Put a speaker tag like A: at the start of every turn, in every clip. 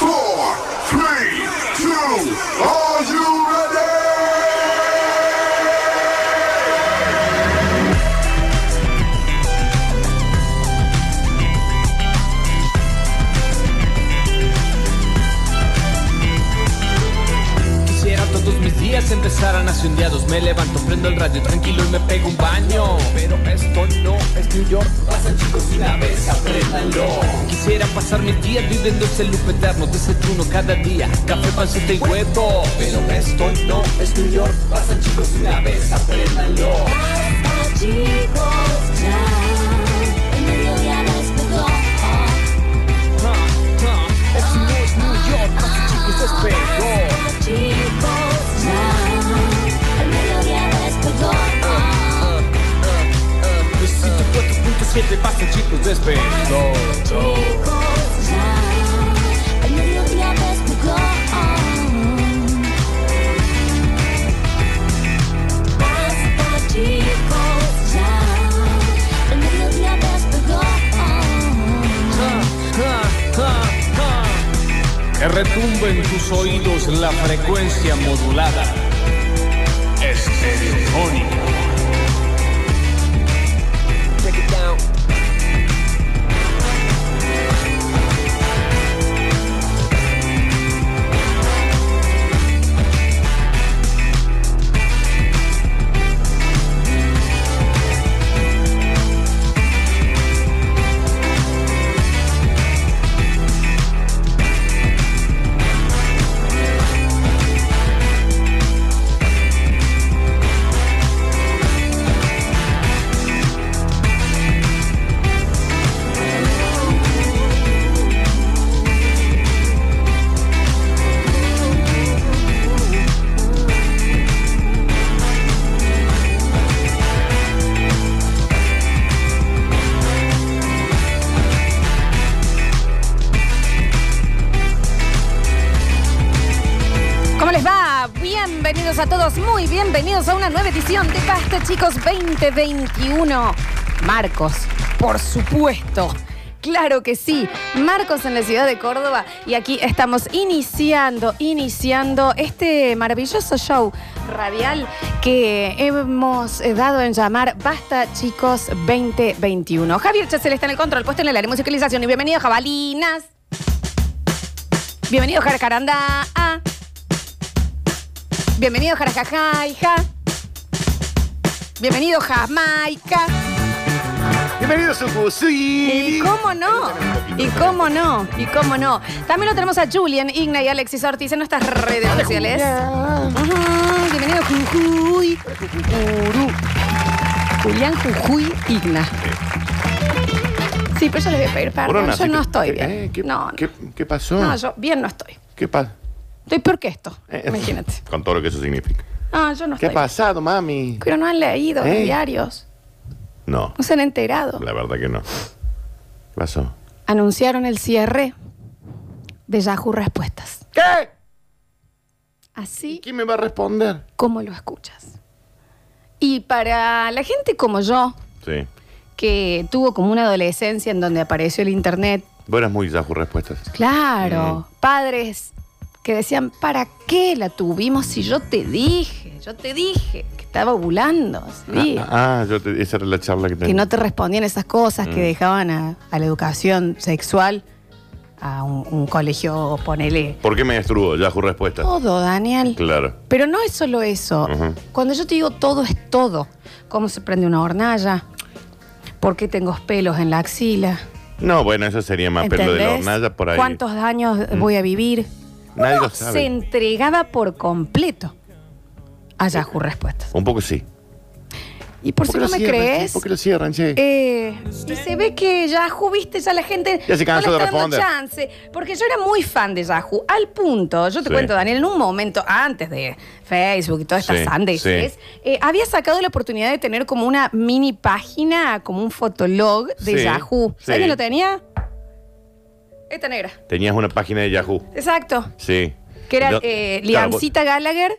A: four, three, two. Are you ready?
B: Quisiera todos mis días empezaran así un día dos Me levanto, prendo el radio tranquilo y me pego un baño Pero esto no es New York Pasa chicos una vez, apréndalo Quisiera pasar mis días viviendo ese loop eterno Desayuno cada día, café, pancita y huevo Pero esto no es New York Pasa chicos una vez, apréndalo
C: Chicos, ya el mediodía despegó.
B: uh, Esto no es New York, pasa chicos, es peor
C: Chicos, ya el mediodía despegó.
B: Uh, Necesito 4.7, pasa chicos, despegó
C: Chicos, ya el mediodía despegó. Basta, chicos, ya el mediodía despegó.
B: Que retumbe en tus oídos la frecuencia modulada. Estereofónica.
D: ¿Cómo les va? Bienvenidos a todos, muy bienvenidos a una nueva edición de Basta Chicos 2021. Marcos, por supuesto. Claro que sí, Marcos en la ciudad de Córdoba y aquí estamos iniciando, iniciando este maravilloso show radial que hemos eh, dado en llamar Basta Chicos 2021. Javier Chacel está en el control, puesto en el área de musicalización y bienvenido Jabalinas. Bienvenido Jarcaranda. Bienvenido Jarajajaiha. Bienvenido Jamaica.
E: Bienvenidos a
D: ¿Y
E: Fusui.
D: cómo no? ¿Y cómo no? ¿Y cómo no? También lo tenemos a Julian, Igna y Alexis Ortiz en nuestras redes sociales. Ujú, Bienvenido Jujuy. Jujuy. Julián Jujuy Igna. Sí, pero yo les voy a pedir perdón.
E: Corona,
D: Yo
E: sí,
D: no
E: ¿qué-
D: estoy
E: eh,
D: bien.
E: ¿qué,
D: No, no.
E: ¿qué, qué pasó?
D: No, yo bien no estoy.
E: ¿Qué pasa?
D: Estoy peor que esto. Imagínate.
E: Con todo lo que eso significa.
D: Ah, yo no
E: Eh, ¿Qué
D: estoy.
E: ha pasado, mami?
D: Pero no han leído los
E: Eh.
D: diarios.
E: No,
D: No se han enterado.
E: la verdad que no. ¿Qué pasó?
D: anunciaron el cierre de Yahoo Respuestas.
E: ¿Qué?
D: Así
E: ¿Quién me va a responder?
D: como lo escuchas. Y para la gente como yo,
E: Sí.
D: que tuvo como una adolescencia en donde apareció el Internet,
E: Vos eras muy Yahoo respuestas.
D: claro, padres que decían, ¿para qué la tuvimos si yo te dije, yo te dije que estaba ovulando? sí,
E: Ah, ah, yo te- esa era la charla que
D: Que
E: tenía.
D: no te respondían esas cosas que
E: Mm.
D: dejaban a, a la educación sexual, a un, un colegio, ponele.
E: ¿Por qué me destruo Yahoo respuestas?
D: Todo, Daniel.
E: Claro.
D: Pero no es solo eso.
E: Ujú.
D: Cuando yo te digo todo es todo. Cómo se prende una hornalla, por qué tengo pelos en la axila,
E: No, bueno, eso sería más pelo Ah, de la
D: ¿entendés?
E: hornalla por ahí. Mm.
D: ¿Cuántos años voy a vivir?
E: Nadie
D: Uno
E: lo sabe.
D: se entregaba por completo a Yahoo Respuestas.
E: Un poco sí.
D: Y por si
E: qué
D: no
E: lo
D: me
E: cierran,
D: crees,
E: che? ¿Por qué lo cierran, che?
D: eh, y se ve que Yahoo, viste, ya la gente
E: Ya se cansó
D: no
E: de
D: le está dando
E: responder.
D: chance. Porque yo era muy fan de Yahoo. Al punto, yo te
E: Sí.
D: cuento, Daniel, en un momento antes de Facebook y todas estas
E: Sí,
D: sandeces, eh, había sacado la oportunidad de tener como una mini página, como un fotolog de
E: Sí,
D: Yahoo. ¿Sabes
E: sí.
D: quién lo tenía? Esta negra.
E: Tenías una página de Yahoo.
D: Exacto.
E: Sí.
D: Que era
E: No,
D: eh,
E: claro, vos-
D: Liancita Gallagher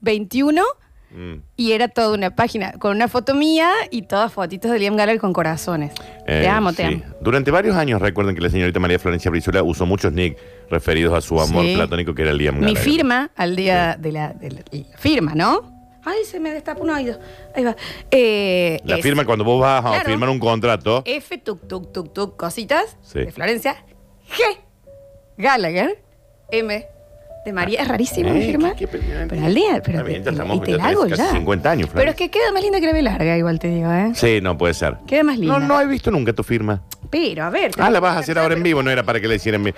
D: 21
E: Mm.
D: Y era toda una página con una foto mía y todas fotitos de Liam Gallagher con corazones.
E: Eh,
D: te amo, te
E: sí.
D: amo.
E: Durante varios años recuerden que la señorita María Florencia Brizuela usó muchos nick referidos a su amor
D: Sí.
E: platónico que era Liam
D: Mi
E: Gallagher.
D: firma al día de, la, de la- de la firma, ¿no? Ay, se me destapó un oído. Ahí va. Eh,
E: La
D: es
E: firma cuando vos vas a
D: Claro. Eh,
E: firmar un contrato.
D: F, tuk, tuk, tuk, tuk, cositas.
E: Sí.
D: De Florencia. G. Gallagher. M. De María. Es rarísimo mi
E: Eh,
D: firma.
E: qué- qué-
D: pero al día. Pero
E: Está bien, ya
D: y-
E: estamos-
D: y te
E: ya
D: la
E: tenés
D: hago
E: casi
D: ya.
E: 50 años,
D: Pero
E: Florencia.
D: es que queda más linda que la B larga, igual te digo, ¿eh?
E: Sí, no puede ser.
D: Queda más linda.
E: No, no he visto nunca tu firma.
D: Pero, a ver.
E: Ah, la vas a hacer ahora en vivo, no era para que la hicieran bien.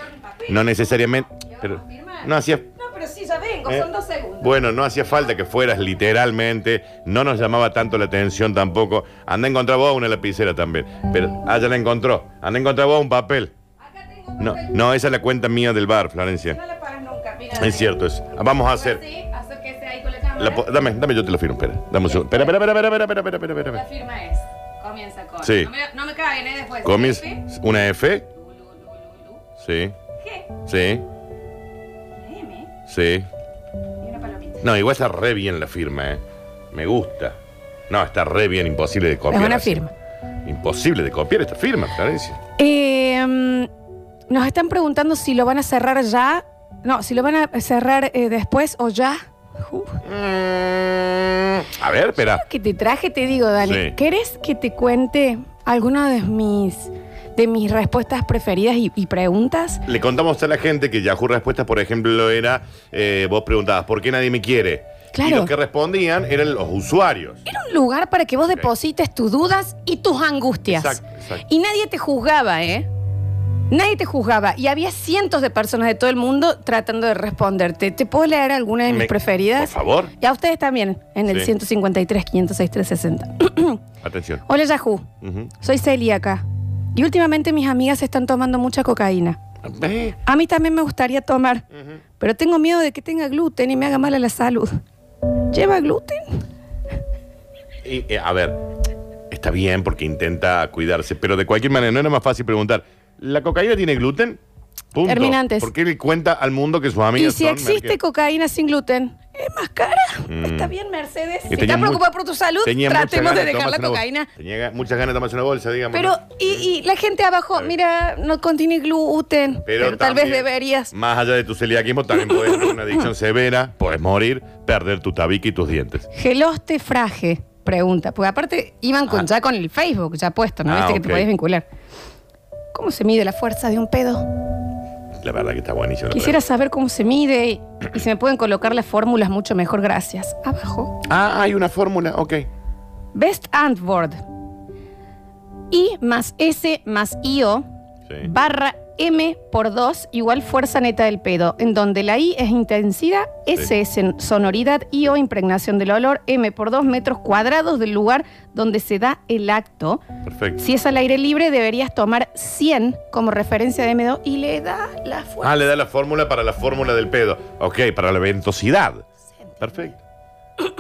E: No necesariamente. Pero no hacía.
D: No, pero sí, ya vengo.
E: eh,
D: Son dos segundos.
E: Bueno, no hacía falta que fueras literalmente. No nos llamaba tanto la atención tampoco. Anda a encontrar vos una lapicera también. Pero, ah, ya la encontró. Anda a encontrar vos un papel.
D: Acá tengo
E: No, no, esa es la cuenta mía del bar, Florencia.
D: la pagas nunca, mira.
E: Es cierto eso. Vamos a hacer.
D: Así, acérquese ahí con la cámara.
E: la po- dame, dame, yo te lo firmo. Espera, dame un segundo. Espera, espera, espera, espera, espera, espera, espera,
D: La
E: espera.
D: firma es. Comienza con.
E: Sí.
D: No me, no me caben, ¿eh? Después.
E: Comienza.
D: F,
E: Una F.
D: lu, lu, lu, lu, lu,
E: Sí.
D: G,
E: Sí.
D: M
E: Sí.
D: y una palomita.
E: No, igual está re bien la firma, ¿eh? Me gusta. No, está re bien, imposible de copiar.
D: Es una
E: así.
D: firma.
E: Imposible de copiar esta firma, Florencia.
D: Eh, mm, nos están preguntando si lo van a cerrar ya. No, si lo van a cerrar eh, después o ya. Uf.
E: Mm, a ver, espera.
D: que te traje, te digo, Dani.
E: Sí.
D: ¿Querés que te cuente alguna de mis, de mis respuestas preferidas y, y preguntas?
E: Le contamos a la gente que Yahoo Respuestas, por ejemplo, era, eh, vos preguntabas, ¿por qué nadie me quiere?
D: Claro.
E: Y los que respondían eran los usuarios.
D: Era un lugar para que vos deposites tus dudas y tus angustias.
E: Exacto, exacto.
D: Y nadie te juzgaba, ¿eh? Nadie te juzgaba. Y había cientos de personas de todo el mundo tratando de responderte. ¿Te puedo leer alguna de mis
E: Me-
D: preferidas?
E: Por favor,
D: Y a ustedes también, en el
E: Sí.
D: 153, 506, 360.
E: atención.
D: Hola Yahoo,
E: Ujú.
D: soy celíaca. Y últimamente mis amigas están tomando mucha cocaína.
E: Eh,
D: A mí también me gustaría tomar, pero tengo miedo de que tenga gluten y me haga mal a la salud. ¿Lleva gluten?
E: y, eh, a ver, está bien porque intenta cuidarse, pero de cualquier manera, no era más fácil preguntar, ¿la cocaína tiene gluten? Punto.
D: Terminantes.
E: ¿Por qué le cuenta al mundo que sus
D: Y
E: amigos
D: si existe cocaína sin gluten, ¿es más cara? Está bien, Mercedes. Si estás preocupado por tu salud, tratemos de dejar la cocaína.
E: Tenía muchas ganas de tomarse una bolsa, digamos.
D: Pero,
E: ¿no?
D: y, y la gente abajo, mira, no contiene gluten, pero, tal vez
E: también,
D: deberías.
E: Más allá de tu celiaquismo, también puedes tener una adicción severa, puedes morir, perder tu tabique y tus dientes.
D: Geloste Fraje pregunta, porque aparte iban con,
E: Ah.
D: ya con el Facebook ya puesto, ¿no?
E: Ah,
D: Viste que
E: ok.
D: te podías vincular. ¿Cómo se mide la fuerza de un pedo?
E: La verdad que está buenísimo. la
D: Quisiera
E: pregunta.
D: saber cómo se mide y, y si me pueden colocar las fórmulas mucho mejor, gracias. Abajo.
E: Ah, hay una fórmula, ok.
D: Best Antword. I más S más IO
E: Sí.
D: barra M por 2 igual fuerza neta del pedo, en donde la I es intensidad, S
E: Sí.
D: es en- sonoridad, IO impregnación del olor, M por 2 metros cuadrados del lugar donde se da el acto.
E: Perfecto.
D: Si es al aire libre, deberías tomar 100 como referencia de M2 y le da la fuerza.
E: Ah, le da la fórmula para la fórmula del pedo. Ok, para la ventosidad. Perfecto.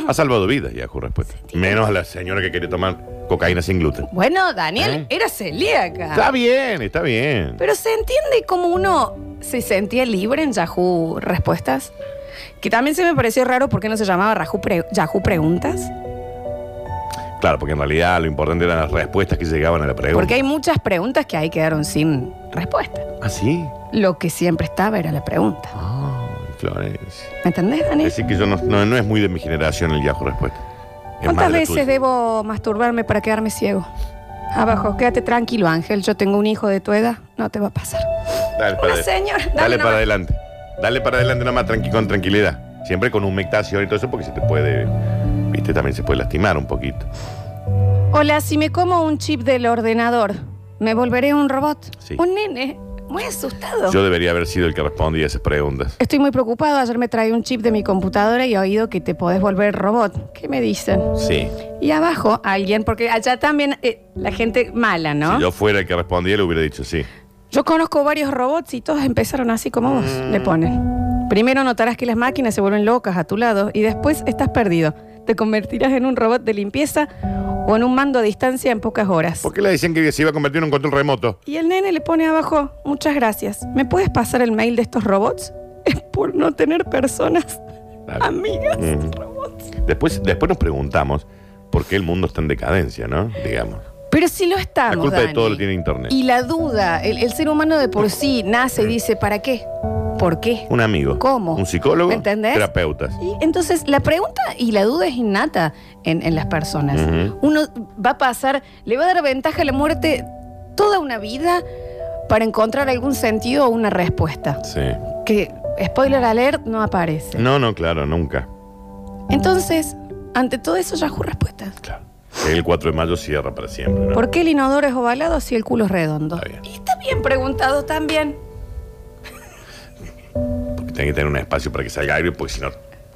E: Ha salvado vidas, Yahoo Respuesta. pues. Menos a la señora que quería tomar cocaína sin gluten.
D: Bueno, Daniel,
E: ¿Eh?
D: era celíaca.
E: Está bien, está bien.
D: Pero se entiende como uno se sentía libre en Yahoo Respuestas. Que también se me pareció raro porque no se llamaba Yahoo, Pre- Yahoo Preguntas.
E: Claro, porque en realidad lo importante eran las respuestas que llegaban a la pregunta.
D: Porque hay muchas preguntas que ahí quedaron sin respuesta.
E: ¿Ah, sí?
D: Lo que siempre estaba era la pregunta.
E: Ah, Florencia.
D: ¿Me entendés, Dani?
E: Es decir, que yo no, no- no es muy de mi generación el Yahoo Respuesta. Es más
D: ¿Cuántas
E: de la
D: veces
E: tuya.
D: debo masturbarme para quedarme ciego? Abajo, quédate tranquilo, Ángel. Yo tengo un hijo de tu edad. No te va a pasar.
E: Dale para,
D: Una
E: adelante.
D: señora. Dale,
E: Dale
D: nomás.
E: para adelante. Dale para adelante nomás tranqui con tranquilidad. Siempre con humectación y todo eso porque se te puede, viste, también se puede lastimar un poquito.
D: Hola, si me como un chip del ordenador, ¿me volveré un robot?
E: Sí.
D: Un nene. Muy asustado.
E: Yo debería haber sido el que respondía esas preguntas.
D: Estoy muy preocupado. Ayer me traí un chip de mi computadora y he oído que te podés volver robot. ¿Qué me dicen?
E: Sí.
D: Y abajo alguien, porque allá también eh, la gente mala, ¿no?
E: Si
D: yo...
E: yo fuera el que respondía, le hubiera dicho sí.
D: conozco varios robots y todos empezaron así como vos,
E: Mm.
D: le ponen. Primero notarás que las máquinas se vuelven locas a tu lado y después estás perdido. Te convertirás en un robot de limpieza o en un mando a distancia en pocas horas.
E: ¿Por qué le decían que se iba a convertir en un control remoto?
D: Y el nene le pone abajo, muchas gracias. ¿Me puedes pasar el mail de estos robots? Es por no tener personas,
E: Dale.
D: amigas,
E: Mm.
D: robots.
E: Después, después nos preguntamos por qué el mundo está en decadencia, ¿no? Digamos.
D: Pero si lo estamos.
E: La culpa de
D: Dani.
E: todo lo tiene Internet.
D: Y la duda, el, el ser humano de por sí nace y dice, ¿para qué? ¿Por qué?
E: Un amigo.
D: ¿Cómo?
E: Un psicólogo.
D: ¿Me entendés?
E: Terapeutas.
D: Y entonces la pregunta y la duda es innata en, en las personas.
E: Ujú.
D: Uno va a pasar, le va a dar ventaja a la muerte toda una vida para encontrar algún sentido o una respuesta.
E: Sí.
D: Que, spoiler alert, no aparece.
E: No, no, claro, nunca.
D: Entonces, ante todo eso ya hubo respuesta.
E: Claro. El 4 de mayo cierra para siempre, ¿no?
D: ¿Por qué el inodoro es ovalado si el culo es redondo?
E: Está bien.
D: Y está bien preguntado también.
E: Porque tiene que tener un espacio para que salga aire, porque si no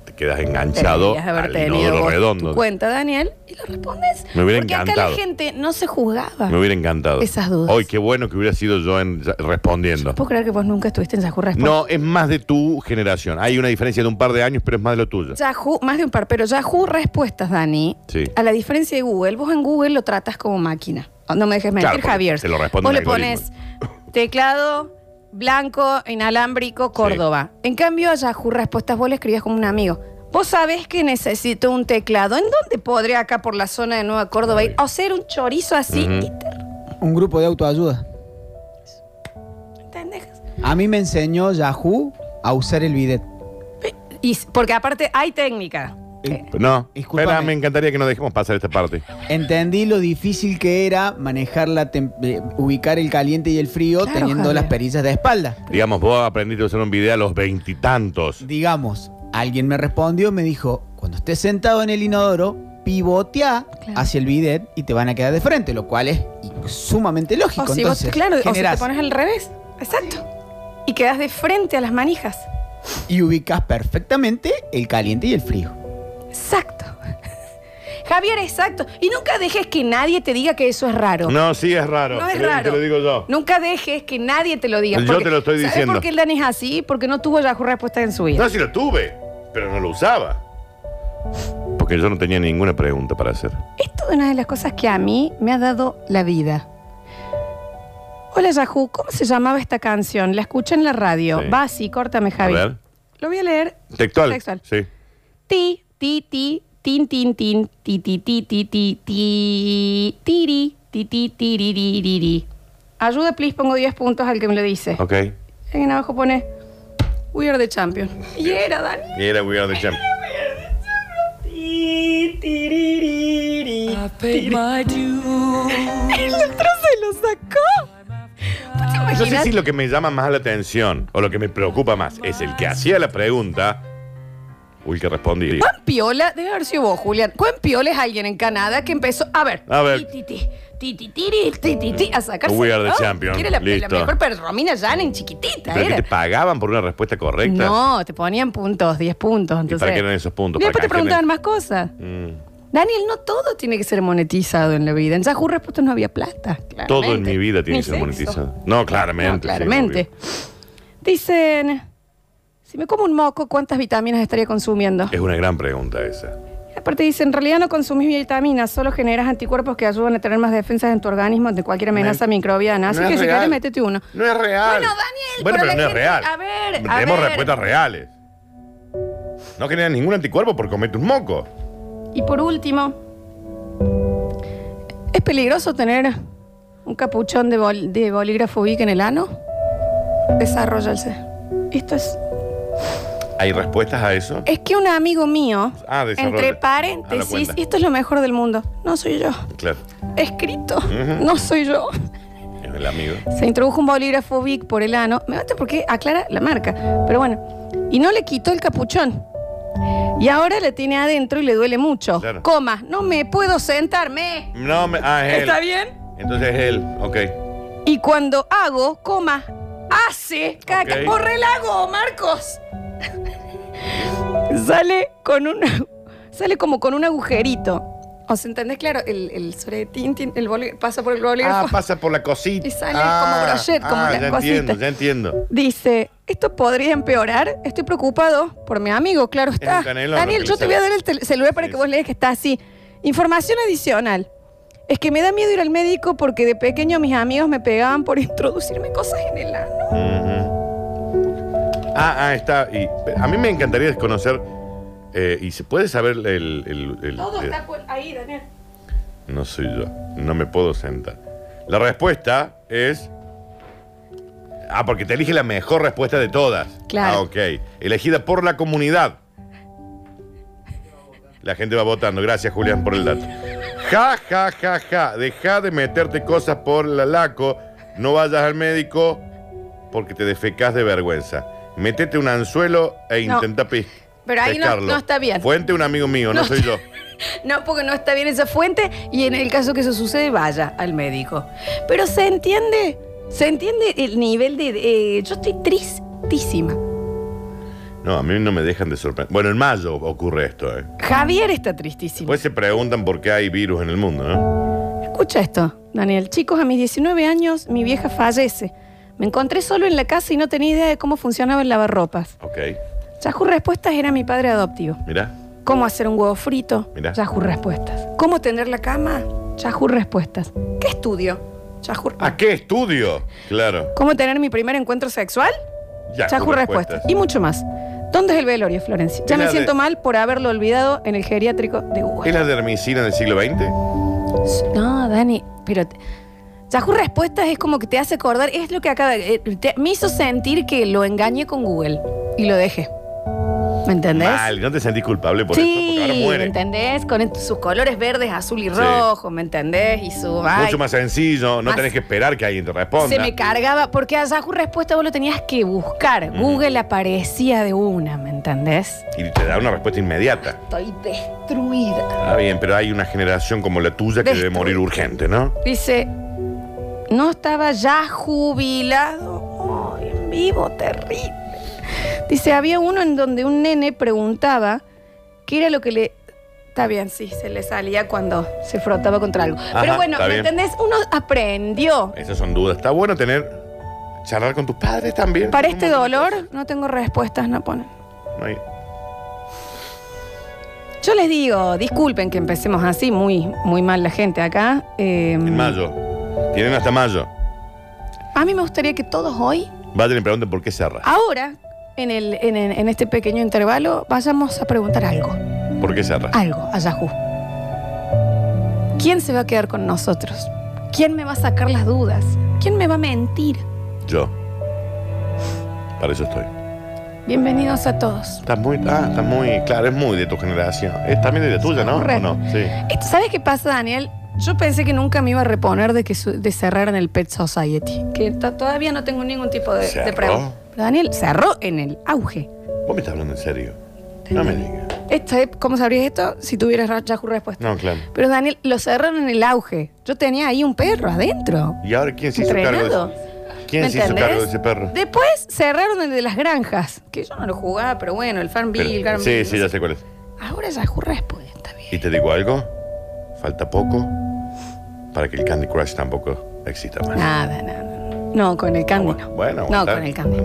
E: te quedas enganchado
D: Deberías haber
E: al
D: tenido
E: inodoro
D: vos
E: redondo.
D: tu cuenta, Daniel, y lo respondes.
E: Me hubiera
D: Porque acá
E: encantado.
D: la gente no se juzgaba.
E: Me hubiera encantado.
D: Esas dudas.
E: Hoy, qué bueno que hubiera sido yo en- respondiendo.
D: ¿Puedo creer que vos nunca estuviste en Yahoo Responde?
E: No, es más de tu generación. Hay una diferencia de un par de años, pero es más de lo tuyo.
D: Yahoo, más de un par, pero Yahoo Respuestas, Dani.
E: Sí.
D: A la diferencia de Google, vos en Google lo tratas como máquina. No me dejes mentir,
E: Claro, porque
D: Javier.
E: te lo responde
D: vos
E: un
D: le pones teclado blanco, inalámbrico, Córdoba. En cambio, a Yahoo Respuestas vos le escribías como un amigo. Vos sabés que necesito un teclado. ¿En dónde podré acá por la zona de Nueva Córdoba ir? O hacer un chorizo así
E: Ujú.
D: y te-
F: Un grupo de autoayuda.
D: ¿entendés?
F: A mí me enseñó Yahoo a usar el bidet.
D: Y- porque aparte hay técnica.
F: Eh,
E: No,
F: Discúlpame.
E: espera, me encantaría que no dejemos pasar esta parte.
F: Entendí lo difícil que era manejar la tem- eh, ubicar el caliente y el frío
D: Claro,
F: teniendo
D: Javier.
F: las perillas de espalda.
E: Digamos, vos aprendiste a usar un video a los veintitantos.
F: Digamos, alguien me respondió, me dijo, cuando estés sentado en el inodoro, pivotea
D: Claro.
F: hacia el bidet y te van a quedar de frente, lo cual es sumamente lógico.
D: O si
F: Entonces,
D: vos, claro, o si te
F: generás
D: pones al revés. Exacto. Y quedas de frente a las manijas.
F: y ubicas perfectamente el caliente y el frío.
D: Exacto. Javier, exacto. Y nunca dejes que nadie te diga que eso es raro.
E: No, sí, es raro.
D: No es
E: Te lo-
D: raro.
E: Te lo digo yo.
D: Nunca dejes que nadie te lo diga.
E: Yo te lo estoy
D: ¿sabes
E: diciendo.
D: por qué el Dani es así? Porque no tuvo Yahoo respuesta en su vida.
E: No, sí lo tuve, pero no lo usaba. Porque yo no tenía ninguna pregunta para hacer.
D: Esto es una de las cosas que a mí me ha dado la vida. Hola Yahoo, ¿cómo se llamaba esta canción? La escuché en la radio.
E: Sí.
D: Va así, córtame, Javier.
E: ver.
D: Lo voy a leer
E: Textual.
D: Textual.
E: Sí.
D: Ti, ti, ti, tin, tin, tin, ti, ti, ti, ti, ti, ti, tiri, ti, ti, tiri, ri, ri, ri. Ayuda, please, pongo 10 puntos al que me lo dice.
E: Ok.
D: Alguien abajo pone, we are the champion. Y era, Dani.
E: Y era We Are the Champ.
D: Ti, tiri, ri, ri, tiri. El otro se lo sacó. ¿Vos te
E: No sé
D: imaginas?
E: si lo que me llama más la atención o lo que me preocupa más es el que hacía la pregunta o el que respondía.
D: ¿Cuán piola? Debe haber sido vos, Julián. ¿Cuán piola es alguien en Canadá que empezó a ver?
E: A ver.
D: Ti, ti, ti, ti, ti, tiri, ti, ti, ti, a sacarse.
E: We are the
D: ¿no?
E: champion.
D: Que Era la, la
E: Listo.
D: mejor pero Romina Janen, chiquitita.
E: ¿Pero que
D: era.
E: te pagaban por una respuesta correcta?
D: No, te ponían puntos, 10 puntos. Entonces,
E: para qué eran esos puntos?
D: Y
E: ¿Para
D: después te
E: canjear
D: preguntaban
E: el-
D: más cosas.
E: Mm,
D: Daniel, no todo tiene que ser monetizado en la vida. En Yahoo Respuestas no había plata. claramente.
E: todo en mi vida tiene
D: Ni
E: que ser
D: sexo.
E: monetizado. No, claramente.
D: No,
E: sí,
D: claramente.
E: obvio.
D: Dicen, si me como un moco, ¿cuántas vitaminas estaría consumiendo?
E: es una gran pregunta esa.
D: Aparte dice, en realidad no consumís vitaminas, solo generas anticuerpos que ayudan a tener más defensas en tu organismo ante cualquier amenaza microbiana. Así
E: No es
D: que si
E: real.
D: quieres, métete uno.
E: No es real.
D: Bueno, Daniel,
E: Bueno,
D: pero
E: pero,
D: la
E: no es
D: gente-
E: real.
D: a ver, a
E: Tenemos
D: ver.
E: respuestas reales. No genera ningún anticuerpo por comerte un moco.
D: Y por último, ¿es peligroso tener un capuchón de, bol- de bolígrafo Bic en el ano? Desarrollarse. Esto es...
E: ¿Hay respuestas a eso?
D: Es que un amigo mío,
E: Ah, desarrolla.
D: entre
E: Ah, la
D: paréntesis,
E: cuenta.
D: y esto es lo mejor del mundo, no soy yo.
E: Claro,
D: Escrito,
E: Ujú.
D: no soy yo.
E: es el amigo.
D: Se introdujo un bolígrafo Bic por el ano. Me mata porque aclara la marca. Pero bueno. Y no le quitó el capuchón. Y ahora le tiene adentro y le duele mucho.
E: Claro.
D: Coma, no me puedo sentarme.
E: No, me- ah, es él.
D: ¿Está bien?
E: Entonces es él, ok.
D: Y cuando hago, coma, hace caca.
E: Ok.
D: Borré el hago, Marcos. sale con un. Sale como con un agujerito. ¿Os entendés? Claro, el, el sobre tintin, el bolí- pasa por el bolígrafo.
E: Ah, pasa por la cosita.
D: Y sale
E: Ah,
D: como brochet, como
E: ah,
D: la
E: ya
D: cosita.
E: entiendo, ya entiendo.
D: Dice, esto podría empeorar. Estoy preocupado por mi amigo, claro está.
E: un canelón,
D: Daniel,
E: lo que
D: yo
E: le
D: te voy a dar el tel- celular para
E: Sí,
D: que vos
E: sí.
D: leas que está así. Información adicional. Es que me da miedo ir al médico porque de pequeño mis amigos me pegaban por introducirme cosas en el ano.
E: Ujú. Ah, ah, está. Y a mí me encantaría conocer Eh, ¿Y se puede saber el...? el- el-
G: Todo
E: el-
G: está pu- ahí, Daniel.
E: No soy yo. No me puedo sentar. La respuesta es. Ah, porque te elige la mejor respuesta de todas.
D: Claro.
E: Ah, ok. Elegida por la comunidad. La gente va votando. Gracias, Julián, por el dato. Ja, ja, ja, ja. Deja de meterte cosas por la laco. No vayas al médico porque te defecas de vergüenza. Métete un anzuelo e
D: No.
E: intenta pi-
D: Pero ahí no-
E: pescarlo.
D: no está bien.
E: Fuente un amigo mío, no,
D: No
E: soy
D: está-
E: yo.
D: No, porque no está bien esa fuente y en el caso que eso sucede, vaya al médico. Pero se entiende, se entiende el nivel de... de- eh, yo estoy tristísima.
E: No, a mí no me dejan de sorprender. Bueno, en mayo ocurre esto, ¿eh?
D: Javier está tristísimo.
E: Pues se preguntan por qué hay virus en el mundo, ¿no?
D: Escucha esto, Daniel. Chicos, a mis 19 años mi vieja fallece. Me encontré solo en la casa y no tenía idea de cómo funcionaba el lavarropas.
E: Ok,
D: Yahoo Respuestas era mi padre adoptivo.
E: mirá.
D: ¿Cómo hacer un huevo frito?
E: Mirá.
D: Yahoo Respuestas. ¿Cómo tener la cama? Yahoo Respuestas. ¿Qué estudio? Yahoo
E: ¿A qué estudio? Claro.
D: ¿Cómo tener mi primer encuentro sexual?
E: Ya,
D: Yahoo
E: con
D: Respuestas. Y mucho más. ¿Dónde es el velorio, Florencia? Ya
E: Es
D: me
E: la
D: siento
E: de-
D: mal por haberlo olvidado en el geriátrico de Uruguay.
E: ¿Es la dermicina del siglo XX?
D: No, Dani, pero te- Yahoo Respuestas es como que te hace acordar, es lo que acaba, eh, te- me hizo sentir que lo engañé con Google y lo dejé. ¿Me entendés?
E: Mal, ¿no te sentís culpable por eso?
D: sí,
E: Porque ahora
D: ¿me
E: muere.
D: entendés? Con est- sus colores verdes, azul y
E: Sí.
D: rojo, ¿me entendés? Y su... ay,
E: Mucho más sencillo, no
D: Más-
E: tenés que esperar que alguien te responda.
D: se me cargaba, porque a Yahoo Respuestas vos lo tenías que buscar. Google aparecía de una, ¿me entendés?
E: y te da una respuesta inmediata.
D: Estoy destruida.
E: Ah, bien, pero hay una generación como la tuya que debe
D: Destruida.
E: morir urgente, ¿no?
D: Dice, no estaba ya jubilado. Oh, en vivo, terrible. Dice, había uno en donde un nene preguntaba qué era lo que le... Está bien, sí, se le salía cuando se frotaba contra algo. Pero bueno,
E: está
D: ¿me
E: bien. Eh,
D: entendés? Uno aprendió.
E: Esas son dudas. Está bueno tener. charlar con tus padres también.
D: Para este
E: ¿Cómo?
D: dolor no tengo respuestas, no ponen.
E: No hay-
D: Yo les digo, disculpen que empecemos así, muy, muy mal la gente acá. eh,
E: En mayo. Tienen hasta mayo.
D: a mí me gustaría que todos hoy
E: Vayan y pregunten por qué cerra.
D: Ah. Ahora, en, el, en, en- en este pequeño intervalo, vayamos a preguntar algo,
E: ¿Por qué cerra?
D: algo a Yahoo. ¿Quién se va a quedar con nosotros? ¿Quién me va a sacar las dudas? ¿Quién me va a mentir?
E: Yo. Para eso estoy.
D: Bienvenidos a todos.
E: Estás muy. Ah, estás muy. Claro, es muy de tu generación. Es también de la tuya, ¿no?
D: Correcto.
E: ¿O no? Sí.
D: Esto, Eh, ¿Sabes qué pasa, Daniel? Yo pensé que nunca me iba a reponer de que su- de cerraran el Pet Society, que to- todavía no tengo ningún tipo de, de
E: ¿Cerró?
D: pregunta. Pero Daniel cerró en el auge.
E: Vos me estás hablando en serio. No me digas.
D: Esto es- ¿Cómo sabrías esto si tuvieras ra- Yahoo respuesta?
E: No, claro.
D: Pero Daniel, lo cerraron en el auge. Yo tenía ahí un perro adentro.
E: ¿Y ahora quién se hizo cargo
D: entrenado.
E: de ese? ¿Quién
D: ¿Me
E: se hizo
D: entendés?
E: cargo de ese perro?
D: Después cerraron el de las granjas, que yo no lo jugaba, pero bueno, el
E: Pero-
D: Farmville, el
E: sí,
D: Garmin.
E: sí, ya sé cuál es.
D: Ahora Yahoo responde, está bien.
E: ¿Y te digo algo? Falta poco para que el Candy Crush tampoco exista más.
D: Nada, nada. No, con el candy
E: Ah,
D: no.
E: bueno,
D: no,
E: aguantar.
D: con el candy.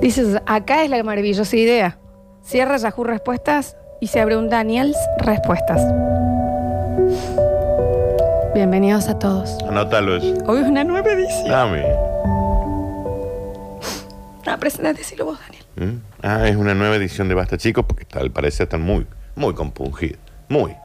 D: Dices, acá es la maravillosa idea. Cierra Yahoo Respuestas y se abre un Daniels Respuestas. Bienvenidos a todos.
E: Anótalo eso.
D: Hoy es una nueva edición.
E: Dame.
D: Ah, presentate, vos, Daniel.
E: ¿Mm? Ah, es una nueva edición de Basta, chicos, porque al parecer están muy, muy compungidos. Muy.